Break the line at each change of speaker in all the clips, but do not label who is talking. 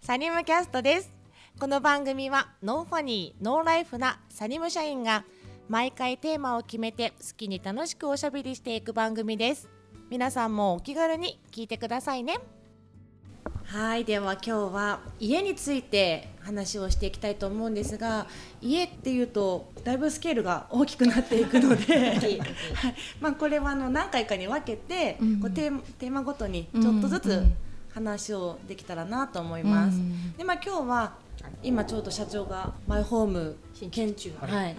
サニムキャストですこの番組はノーファニーノーライフなサニム社員が毎回テーマを決めて好きに楽しくおしゃべりしていく番組です皆さんもお気軽に聞いてくださいねはいでは今日は家について話をしていきたいと思うんですが家っていうとだいぶスケールが大きくなっていくのではいまあこれはあの何回かに分けて、
うんうん
こうテーマテーマごとにちょっとず
うんう
つ
ん
話をできたらなと思います。
うんうん
でまあ今日は今ちょうど社長がマイホーム建築はい、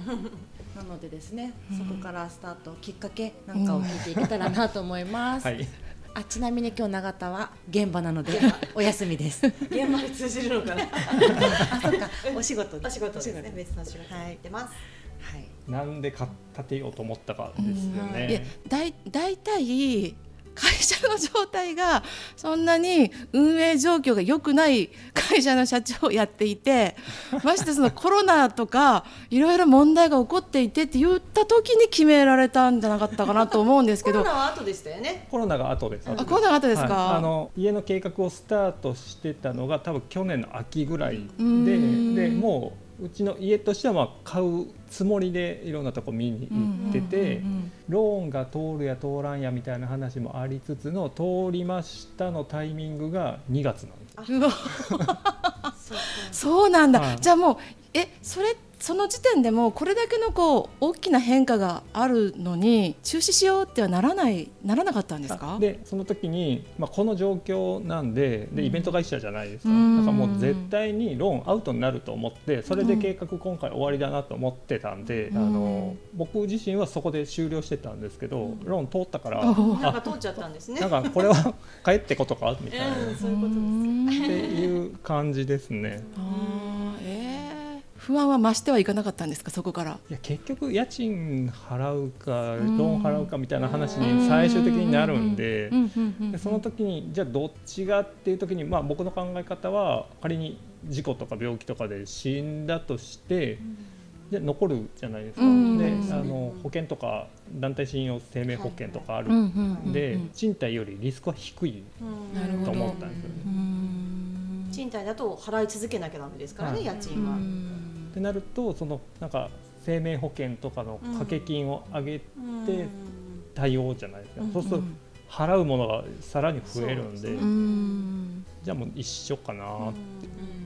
なのでですね、そこからスタートきっかけなんかを聞いていけたらなと思います。
はい、
あちなみに今日永田は現場なので お休みです。
現場に通じるのかな。
あそっかお仕事
お仕事です
お仕
ね。別の仕事に行ってます。
はい。
なんで買っ立てようと思ったかですよ
いや
ね。
だい大体会社の状態がそんなに運営状況が良くない会社の社長をやってい てましてそのコロナとかいろいろ問題が起こっていてって言った時に決められたんじゃなかったかなと思うんです
コ
け
ロ
ど
ナは後でしたよね。
コロナが後です。
あ
後
コロナが後ですか、
はいあの家の計画をスタートしてたのが多分去年の秋ぐらい
ん
ででもううちの家としてはまあ買うつもりでいろんなとこ見に行ってて、
うんうんうん
ローンが通るや通らんやみたいな話もありつつの通りましたのタイミングが2月なんです。
うんうわそうなんだ、
はい
じゃあもうえそれその時点でもうこれだけのこう大きな変化があるのに中止しようってはならないならなかったんですか
でその時に、まあ、この状況なんででイベント会社じゃないですか、
うん
だからもう絶対にローンアウトになると思ってそれで計画今回終わりだなと思ってたんで、
うん
あの僕自身はそこで終了してたんですけど、ローン通ったから、
お
なんか通っちゃったんですね。
なんかこれは 帰ってことかみたいな、
うん、
っ
そういうことです。
て
です
いう感じですね。
あーえー不安は増してはいかなかったんですかそこから
いや結局家賃払うかロ
ん
ーン払うかみたいな話に最終的になるんで。
うんうんうんうん
でその時にじゃあどっちがっていう時に、まあ、僕の考え方は仮に事故とか病気とかで死んだとして、じゃあ残るじゃないですか、
うん
で
うん
あの保険とか団体信用生命保険とかある
うん
ん
うんうんうん
で、賃貸よりリスクは低い
うん
なるほど
と思ったんですよね。
うーん
賃貸だと払い続けなきゃダメですからね、
はい
家賃は。
ってなるとそのなんか生命保険とかの掛け金を上げ
うん
で対応じゃないですか、
うん
そうすると払うものがさらに増えるんで、
そう
うーん
じゃあもう一緒かな
う
っ
ん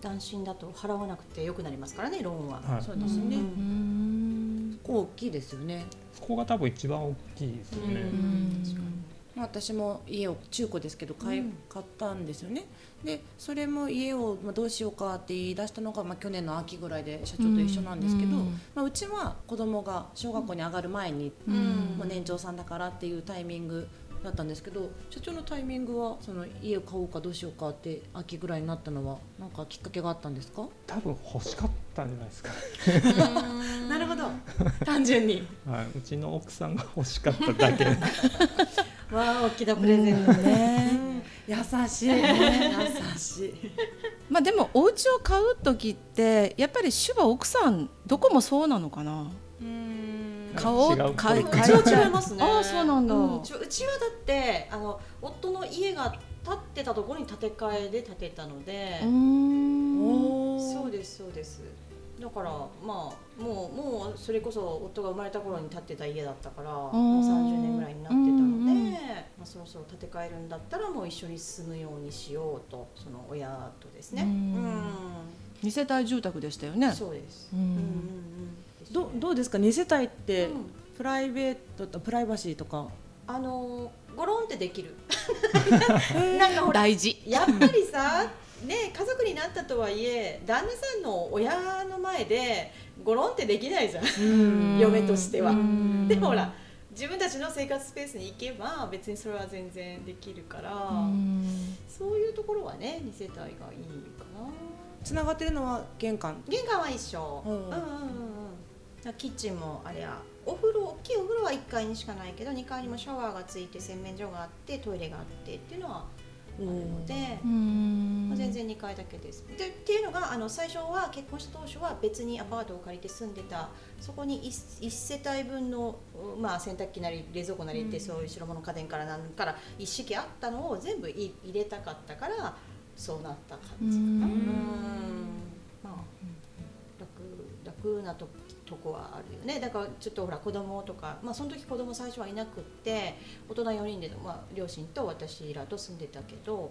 単身だと払わなくてよくなりますからね、ローンは。
はい
そうですね。
うーん
こう大きいですよね。
そこが多分一番大きいですよね。
うん
まあ、私も家を中古ですけど買い、
うん
買ったんですよねでそれも家を、まあ、どうしようかって言い出したのが、まあ、去年の秋ぐらいで社長と一緒なんですけど、
うん
まあ、うちは子供が小学校に上がる前に、
うん
まあ、年長さんだからっていうタイミングだったんですけど社長のタイミングはその家を買おうかどうしようかって秋ぐらいになったのはなんかきっかけがあったんですか
多分欲しかったんじゃないですか、
なる ほど。単純に。
はい、うちの奥さんが欲しかっただけ
わあ、大きなプレゼント。
ね
優しい、優しい
まあでもお家を買う時ってやっぱり主は奥さんどこもそうなのかな 顔
違うっぽい
買い買
うち
い
は違いますね。
ああそうなんだ
うちうちはだってあの夫の家が建ってたところに建て替えで建てたので、
うーん
そうですそうです。だからまあもうもうそれこそ夫が生まれた頃に建ってた家だったから、もう30年ぐらいになってたので、
うんうん
まあそろそろ建て替えるんだったらもう一緒に住むようにしようとその親とですね。
う
うんん、
二世帯住宅でしたよね
そうです。
うん
うんうんうん
どどうですか2世帯って、
うん
プライベートとプライバシーとか
あのゴロンってできる。なんかほら
大事
やっぱりさ、ね、家族になったとはいえ旦那さんの親の前でゴロンってできないじゃん
うん
嫁としては
うん
でもほら自分たちの生活スペースに行けば別にそれは全然できるから
うん
そういうところはね2世帯がいいかな
つながってるのは玄関
玄関は一緒、
う
うんん、うんうんうんだからキッチンもあれやお風呂大きいお風呂は1階にしかないけど2階にもシャワーがついて洗面所があってトイレがあってっていうのはあるので。
うん
まあ全然2階だけです。でっていうのがあの最初は結婚した当初は別にアパートを借りて住んでたそこに 1, 世帯分の、うまあ、洗濯機なり冷蔵庫なりってそういう白物家電からなんから一式あったのを全部い入れたかったからそうなった感
う
じかな。うん
ん
まあ楽楽なととこはあるよねだからちょっとほら子供とか、まあ、その時子供最初はいなくって大人4人で、まあ、両親と私らと住んでたけど、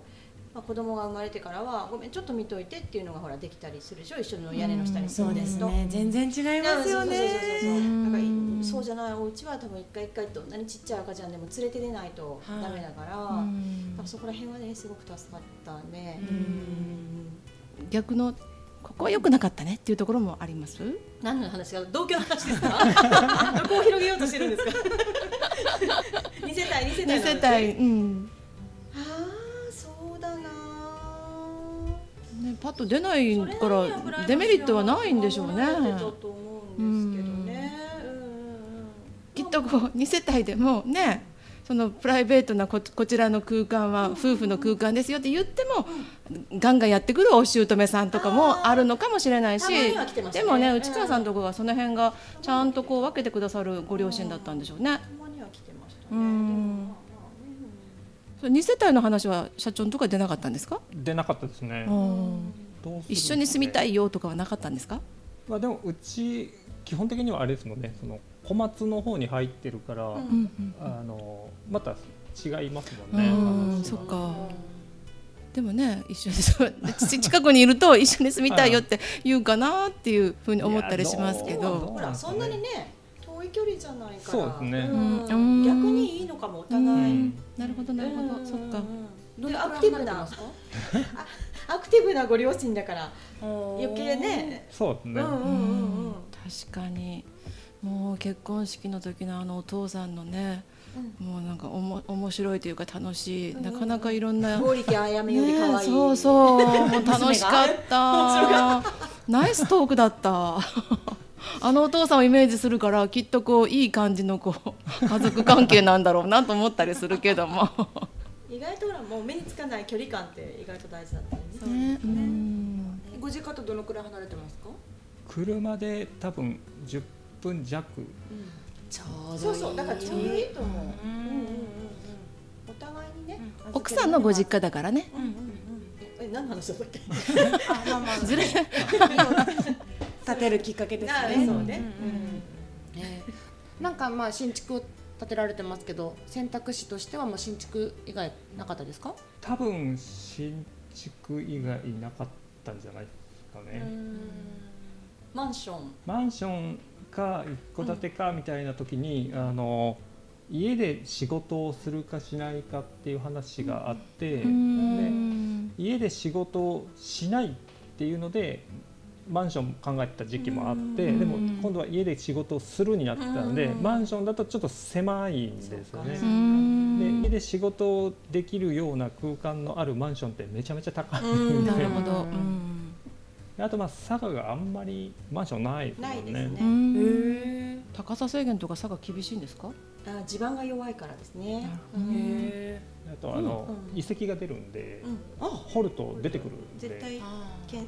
まあ、子供が生まれてからは「ごめんちょっと見といて」っていうのがほらできたりするでしょ一緒の屋根の下に住んでると。
全然違いますよね
そうそうそうそう
うん
だからいそうじゃないお家は多分一回一回どんなにちっちゃい赤ちゃんでも連れて出ないとダメだから、だからそこら辺はねすごく助かったね。
うん
逆のここは良くなかったねっていうところもあります。
何の話が同居の話 ですかどこを広げようとしてるんですか二世帯二世
二
帯の
世
話
帯、うん、
ああそうだな
ね、パッと出ない
それなりに
か
はプライ
ら
バシー
デメリットはないんでしょうね
は。守られてたと思うんですけどねうんうんうん
きっとこう二世帯でもね。そのプライベートなここちらの空間は夫婦の空間ですよって言っても、ガンガンやってくるお姑さんとかもあるのかもしれないし、
あーたまには来てました
で
ね
もね
うん
内川さんとこがその辺がちゃんとこう分けてくださるご両親だったんでしょうね
た。まには来てましたね
う
で
ん
もまあまあね
それ二世帯の話は社長のとこは出なかったんですか？
出なかったですね、
うん
どうする
一緒に住みた
い、
いよとかはなかったんですか？
まあ、でもうち基本的にはあれですもんねその小松の方に入ってるから、
うん
あのまた違いますもんね、
うん、
話
そ
が
っか。でもね、一緒にそうち近くに いると一緒に住みたいよって言うかなっていうふうに思ったりしますけ
で
いや
も
う
ど。
ほらそんなにね遠い距離じゃないか
そ
ら
うですね
ん
うん
逆にいいのかもお
う
互い
ん
なるほどなるほ
う
ど、
ん
そっか。
うんでアクティブなあアクティブなご両親だから余計ね
そうです
う
ね、
んうんうんうん
確かに。もう結婚式の時のあのお父さんのね、もうなんかおも面白いというか楽しい、なかなかいろんな。
剛力あやめより可
ね
愛い
そう
う
そう、もう楽しかっ
娘
た。ナイストークだった。 あのお父さんをイメージするからきっとこういい感じのこう家族関係なんだろうなと思ったりするけども、
意外とほらもう目につかない距離感って意外と大事だったりね
ねうん
ご実家とどのくらい離れてますか？
車で多分10分弱
ちょ
そうそうだからちょうどいいと思ううんん
う
うんうんうんお互いにね
奥さんのご実家だからね
家うんうんうんえ何の話だったっけ
あまあまあ
ずれ
建てるきっかけです
なあ
ね。
そうね
うんうんねなんかまあ新築を建てられてますけど、選択肢としてはもう新築以外なかったですか？
多分新築以外なかったんじゃないですかね、
マンション
マンションか一戸建てかみたいな時に、あの家で仕事をするかしないかっていう話があって、
うん
家で仕事をしないっていうのでマンション考えてた時期もあって、
うん
でも今度は家で仕事をするになってたんで、
うん
マンションだとちょっと狭いんですよね
そうか。
で
ん
家で仕事をできるような空間のあるマンションってめちゃめちゃ高いんで、
なるほど、
あとまあ佐賀があんまりマンションないですもん
ない
ね。
です
う
ね
ん
へ
高さ制限とか差が厳しいんですか
あ地盤が弱いからですねうん
え。
あとあの、
うん
遺跡が出るんで、
うん
掘ると出てくるんで
絶対
あ
けんや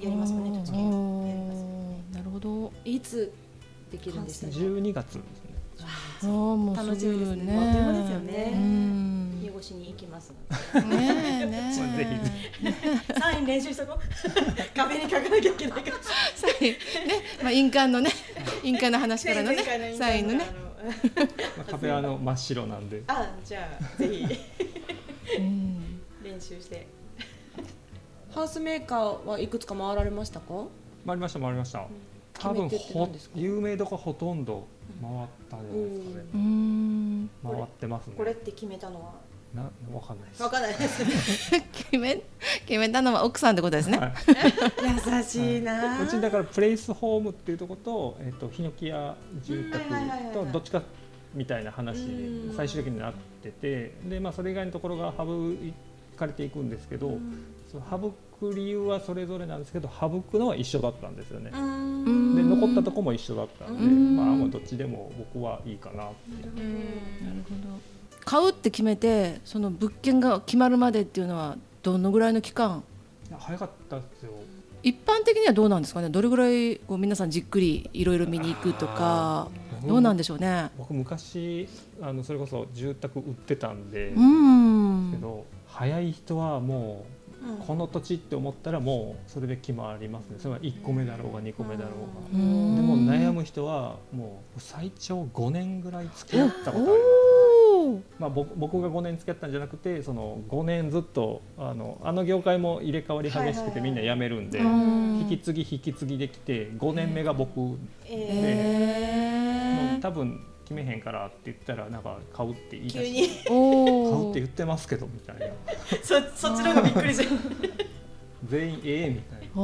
りますよね土地
あ
検
ー
やりますよ
なるほど
ーいつできるんでしたっけ
12月ですね。
あーもうすぐ
楽しみですね
ね
あっという間ですよね
うん
見
ね
越しに行きますので
えねえ
サイン練習しとこう 壁に書かなきゃいけないから
サインね、まあ印鑑のね、印鑑の話から のね
前回のイ、ンタ
サイ
ビュー
ンのね。
まあ壁はあの真っ白なんで。
あのあじゃあぜひ
うん
練習して
ハウスメーカーはいくつか回られましたか？
回りました回りました。多
決
分
め手って
ほ
何ですか
有名どこほとんど回ったんじゃないですかね。
うーん、
回ってますね。
これって決めたのは
なわかんないです。
わかんないです
決め、決めたのは奥さんってことですね。
はい
優しいな
うちだからプレイスホームっていうとこと、えっとヒノキ屋住
うんはいはいはいは
宅
い
とどっちかみたいな話
う
に
ん
最終的になってて、でまあそれ以外のところが省かれていくんですけど、その省く理由はそれぞれなんですけど、省くのは一緒だったんですよね。
うん
で残ったとこも一緒だったんで、
うん
まあもうどっちでも僕はいいかなっていう。
なるほど。買うって決めて、その物件が決まるまでっていうのは、どのぐらいの期間。
いや早かったですよ。
一般的にはどうなんですかね、どれぐらい、こう皆さんじっくりいろいろ見に行くとか。どうなんでしょうね。
僕昔あのそれこそ住宅売ってたんで、
う
け
ん。
ど早い人はもう
うん
この土地って思ったらもうそれで決まりますねそれは1個目だろうが2個目だろう
う
が
ん
でも悩む人はもう最長5年ぐらい付き合ったことあります
おお。
まあ、僕僕が5年付き合ったんじゃなくてその5年ずっとあのあの業界も入れ替わり激し
はい
く
はいは
て
い
みんな辞めるんで、
うん
引き継ぎ引き継ぎできて5年目が僕、も
え
う
え
多分決めへんからって言ったらなんか買うって言い
ー、
出
急
して
に
ー。
買う
お
っ
お
て。言ってますけどみたいな
そそっちの方がびっくりする
全員ええみたいなっ
お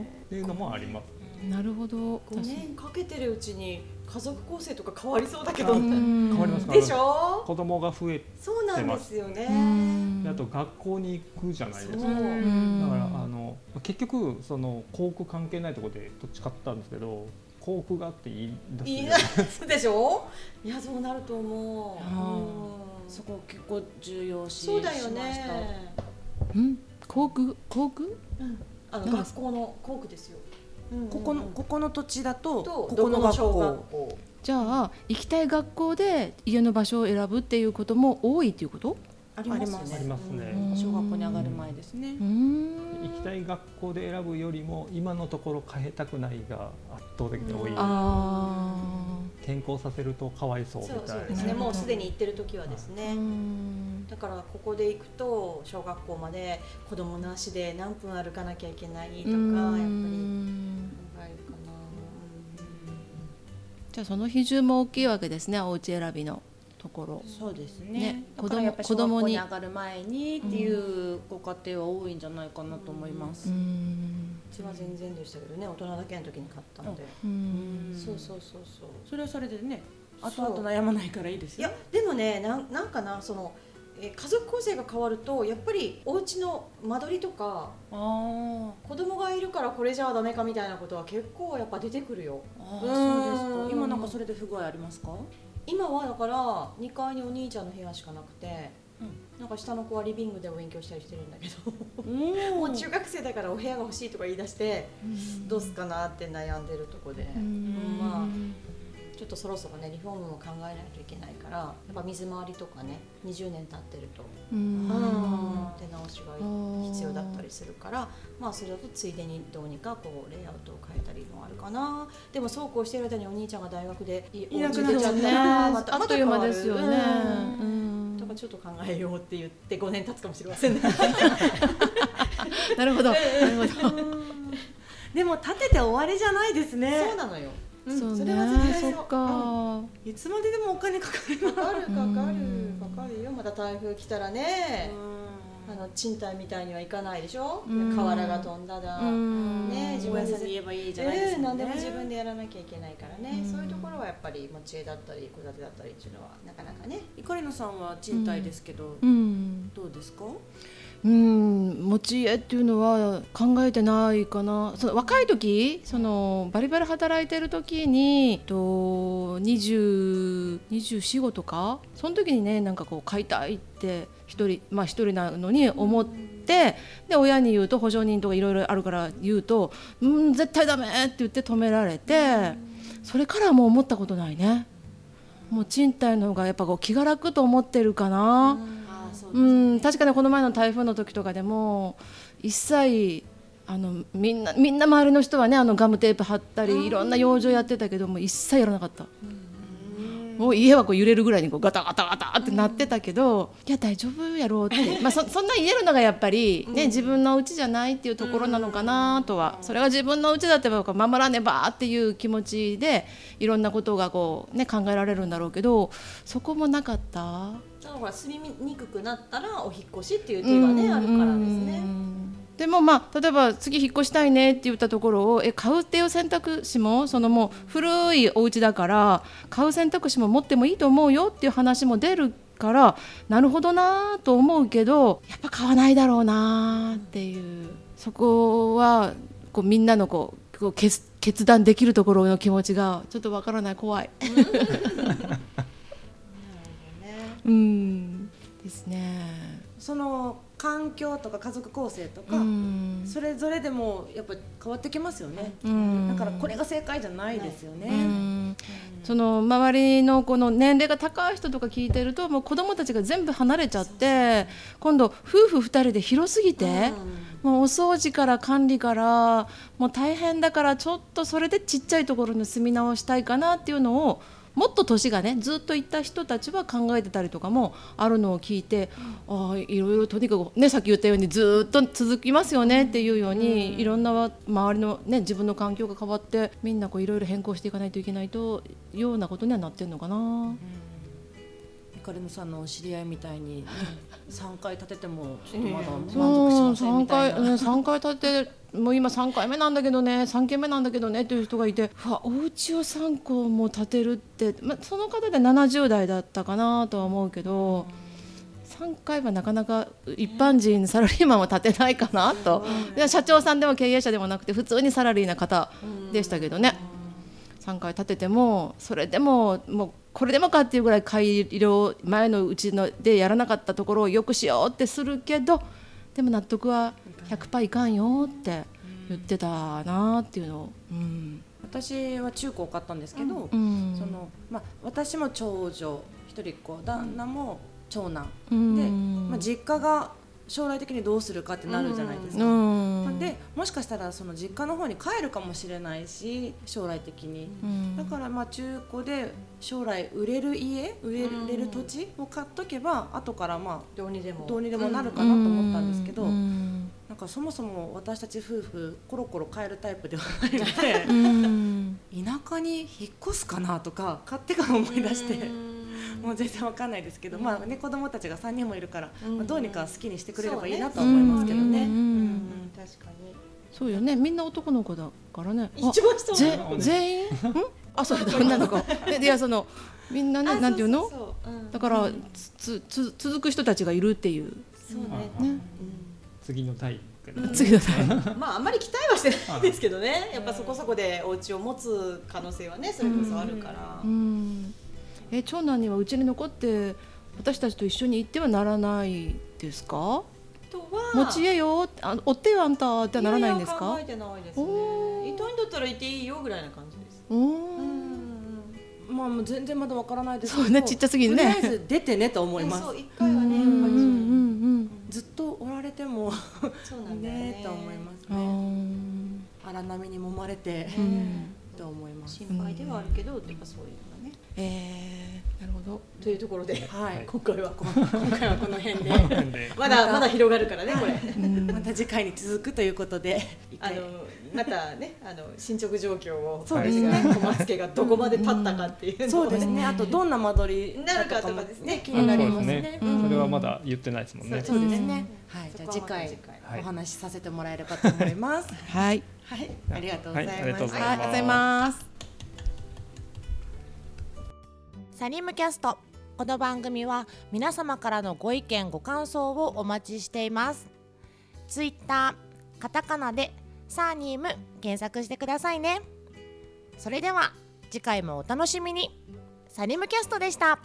お。
ていうのもあります
なるほど。
5年かけてるうちに家族構成とか変わりそうだけ
う
ど
ん
変わりますか
でしょ
子供が増えて
そうなんですよね
うん
あと学校に行くじゃないです
そ
か
う
うん
だからあの結局その航空関係ないところでどっち買ったんですけど航空があっていいだ
いい
し
なそうでしょいやそうなると思う、うん、
そこ結構重要視し
そう
ま
だ
し
よ
た。
ね
うん。航空航空？
あの
なんか
学校の校区ですよ、
ここのここの土地だと
と
ここの
どこの
学
小
校
学校
じゃあ行きたい学校で家の場所を選ぶっていうことも多いっていうこと？
あり
ますよね
ありますね、
うん
小学校に上がる前ですね。
うん
行きたい学校で選ぶよりも今のところ変えたくないが圧倒的に多い
あ
転校させるとかわいそうみ
そう
たい
そ
うな
ですねもうすでに行ってる時はです
あ。
ね、だからここで行くと小学校まで子供の足で何分歩かなきゃいけないとかやっぱり考えるかな
じゃあその比重も大きいわけですね。お家選びのところ。
そうです
ね
ね。だからやっぱり
子
小
供
学
子供
校に
に
上がる前にっていうご家庭は多いんじゃないかなと思います。
ん。
うちは全然でしたけどね大人だけの時に買ったんで、
うん。
そうそうそうそう
それはそれでね、後
そう
々悩まないからいいです
い
よ
や。でもねなんなんかなそのえー家族構成が変わるとやっぱりお家の間取りとか
あ
子供がいるからこれじゃダメかみたいなことは結構やっぱ出てくるよ
ー
うん
あー、そうですか。今なんかそれで不具合ありますか？
今はだから2階にお兄ちゃんの部屋しかなくて、
う
なんか下の子はリビングでお勉強したりしてるんだけ ど
も
もう中学生だからお部屋が欲しいとか言い出してどうすかなって悩んでるとこで、
うん
まあちょっとそろそろねリフォームも考えないといけないからやっぱ水回りとかね20年経ってると、
うん
うん手直しが
ー
必要だったりするからまあそれだとついでにどうにかこうレイアウトを変えたりもあるかなでもそうこうしてる間にお兄ちゃんが大学でい
いなく
お
なっ
家
ち
出
ゃ
た
うね
ら
あっという間ですよね。
うん
うん
だからちょっと考えようって言って5年経つかもしれませんね。
なるほど。なるほど。
でも立てて終わりじゃないですね
そうなのよ。うん
そう
そ
ね
れは絶。対
そ
そう
っか。
いつまででもお金かかる
うんかかるかか
うん
るかかるよ。また台風来たらね、あの賃貸みたいにはいかないでしょ。
うん
瓦が飛んだだ。
うん
ね自
大
分
家
で
さんに言えばいいじゃないで
え
す
え
も
何
んね
でも自分でやらなきゃいけないからね
う。ん
そういうところはやっぱり持ち家だったり戸建てだったりっていうのはなかなかね。
いかりのさんは賃貸ですけど、
うん。
どうですか
うん、持ち家っていうのは考えてないかなその若い時そのバリバリ働いてる時にと20 24とかその時にねなんかこう買いたいって一人まあ一人なのに思ってで親に言うと保証人とかいろいろあるから言うと「うん絶対ダメ!」って言って止められてそれからはもう思ったことないね。もう賃貸の方がやっぱこう気が楽と思ってるかな。
ああそう
うん、確かにこの前の台風の時とかでも一切あのみんなみんな周りの人はねあのガムテープ貼ったりいろんな養生やってたけどもう一切やらなかった、もう家はこう揺れるぐらいにこうガタガタガタってなってたけど、いや大丈夫やろうって まあそそんなん言えるのがやっぱり、ね自分の家じゃないっていうところなのかなとは、それが自分の家だってば守らねばっていう気持ちでいろんなことがこう、ね、考えられるんだろうけどそこもなかった。
だからほら住みにくくなったらお引っ越しっていう手がねあるからですね
う。んでもまあ例えば次引っ越したいねって言ったところをえ買うっていう選択肢もそのもう古いお家だから買う選択肢も持ってもいいと思うよっていう話も出るからなるほどなと思うけどやっぱ買わないだろうなっていうそこはこうみんなのこうこう決決断できるところの気持ちがちょっとわからない怖い。
なるほどね
うんですね。
その環境とか家族構成とか、
うん
それぞれでもやっぱ変わってきますよね、
うん
だからこれが正解じゃないですよね、
うんその周りのこの年齢が高い人とか聞いてるともう子供たちが全部離れちゃって今度夫婦2人で広すぎて、もうお掃除から管理からもう大変だからちょっとそれでちっちゃいところに住み直したいかなっていうのをもっと年がねずっといった人たちは考えてたりとかもあるのを聞いて、ああいろいろとにかくねさっき言ったようにずっと続きますよねっていうように、いろんなわ周りのね自分の環境が変わってみんなこういろいろ変更していかないといけないとようなことにはなってるのかな。
ゆかりのさんのお知り合いみたいに、ね、3回立ててもちょっとまだ満
うん
足しません
三
みたい
回
な、
うん三回建てもう今三回目なんだけどね三軒目なんだけどねっていう人がいてうわお家を三個も建てるって、まあ、その方で70代だったかなとは思うけど3回はなかなか一般人サラリーマンは建てないかなとで社長さんでも経営者でもなくて普通にサラリーな方でしたけどね3回建ててもそれでももうこれでもかっていうぐらい改良前のうちのでやらなかったところをよくしようってするけどでも納得は100%いかんよって言ってたなっていうのを、うん
私は中古を買ったんですけど、
うん
そのまあ、私も長女一人っ子旦那も長男、
うん
で、まあ、実家が将来的にどうするかってなるじゃないですか、
うん
でもしかしたらその実家の方に帰るかもしれないし将来的に、
うん
だからまあ中古で将来売れる家売れ
うん
る土地を買っとけば後からま
どうにでも
あどうにでもなるかなと思ったんですけど、
うん
なんかそもそも私たち夫婦コロコロ変えるタイプではない ので
うん
田舎に引っ越すかなとか勝手が思い出して。もう全然わかんないですけど、まあね子供たちが三人もいるから、
うん
まあどうにか好きにしてくれればいいなと
そう
は
ね
思いますけどね。
うん
うん確かに
そうよねみんな男の子だからねあ
一番下
ぜ
女の子ね
全員ん あそうだ女の子ででいやそのみんなねなんていうのだからつつつ続く人たちがいるっていう
そうね
あ
ね
次の体育だね
次の代
まああんまり期待はしてないですけどねやっぱそこそこでお家を持つ可能性はねそれこそあるから
うんえ長男にはうちに残って私たちと一緒に行ってはならないですか
あとは
持ち家よあ追ってよあんたってはならないんです
やや考
か
えてないですね
おー
伊藤にとったらいていいよぐらいな感じです
う
うんん
まあもう全然まだわからないです
そうねちっちゃすぎる
と
ね
りあえず出てねと思い
ね
ます
そう。一回はねやっ
うん
ぱ
う
り
んうん
ずっとおられても
そうそうなんだよね
ねと思います
う
ね。
ん
荒波に揉まれて
あーうん
と思います。
心配ではあるけどやっぱそういうのがね
えーなるほど
というところ で
はい。
今回はこ今回はこの辺で
なんで
まだまだ広がるからねこれ
また次回に続くということで、一
あ
回
のまたねあの進捗状況を
そう
です
ね
小松家がどこまで立ったかっていうのを
そうですね。あとどんな間取り
なるかとかですね
気になります
そうで
ね
す。それはまだ言ってないですもんね。
そうですね。はい。
そ
じゃ
こ
あ
はまた
次回
はい
お話しさせてもらえればと思います。
はい
はい。ありがとうございま
は
す。
いありがとうございます
はいありがとうございます
サニムキャストこの番組は皆様からのご意見ご感想をお待ちしていますツイッターカタカナでサーニーム検索してくださいねそれでは次回もお楽しみにサニムキャストでした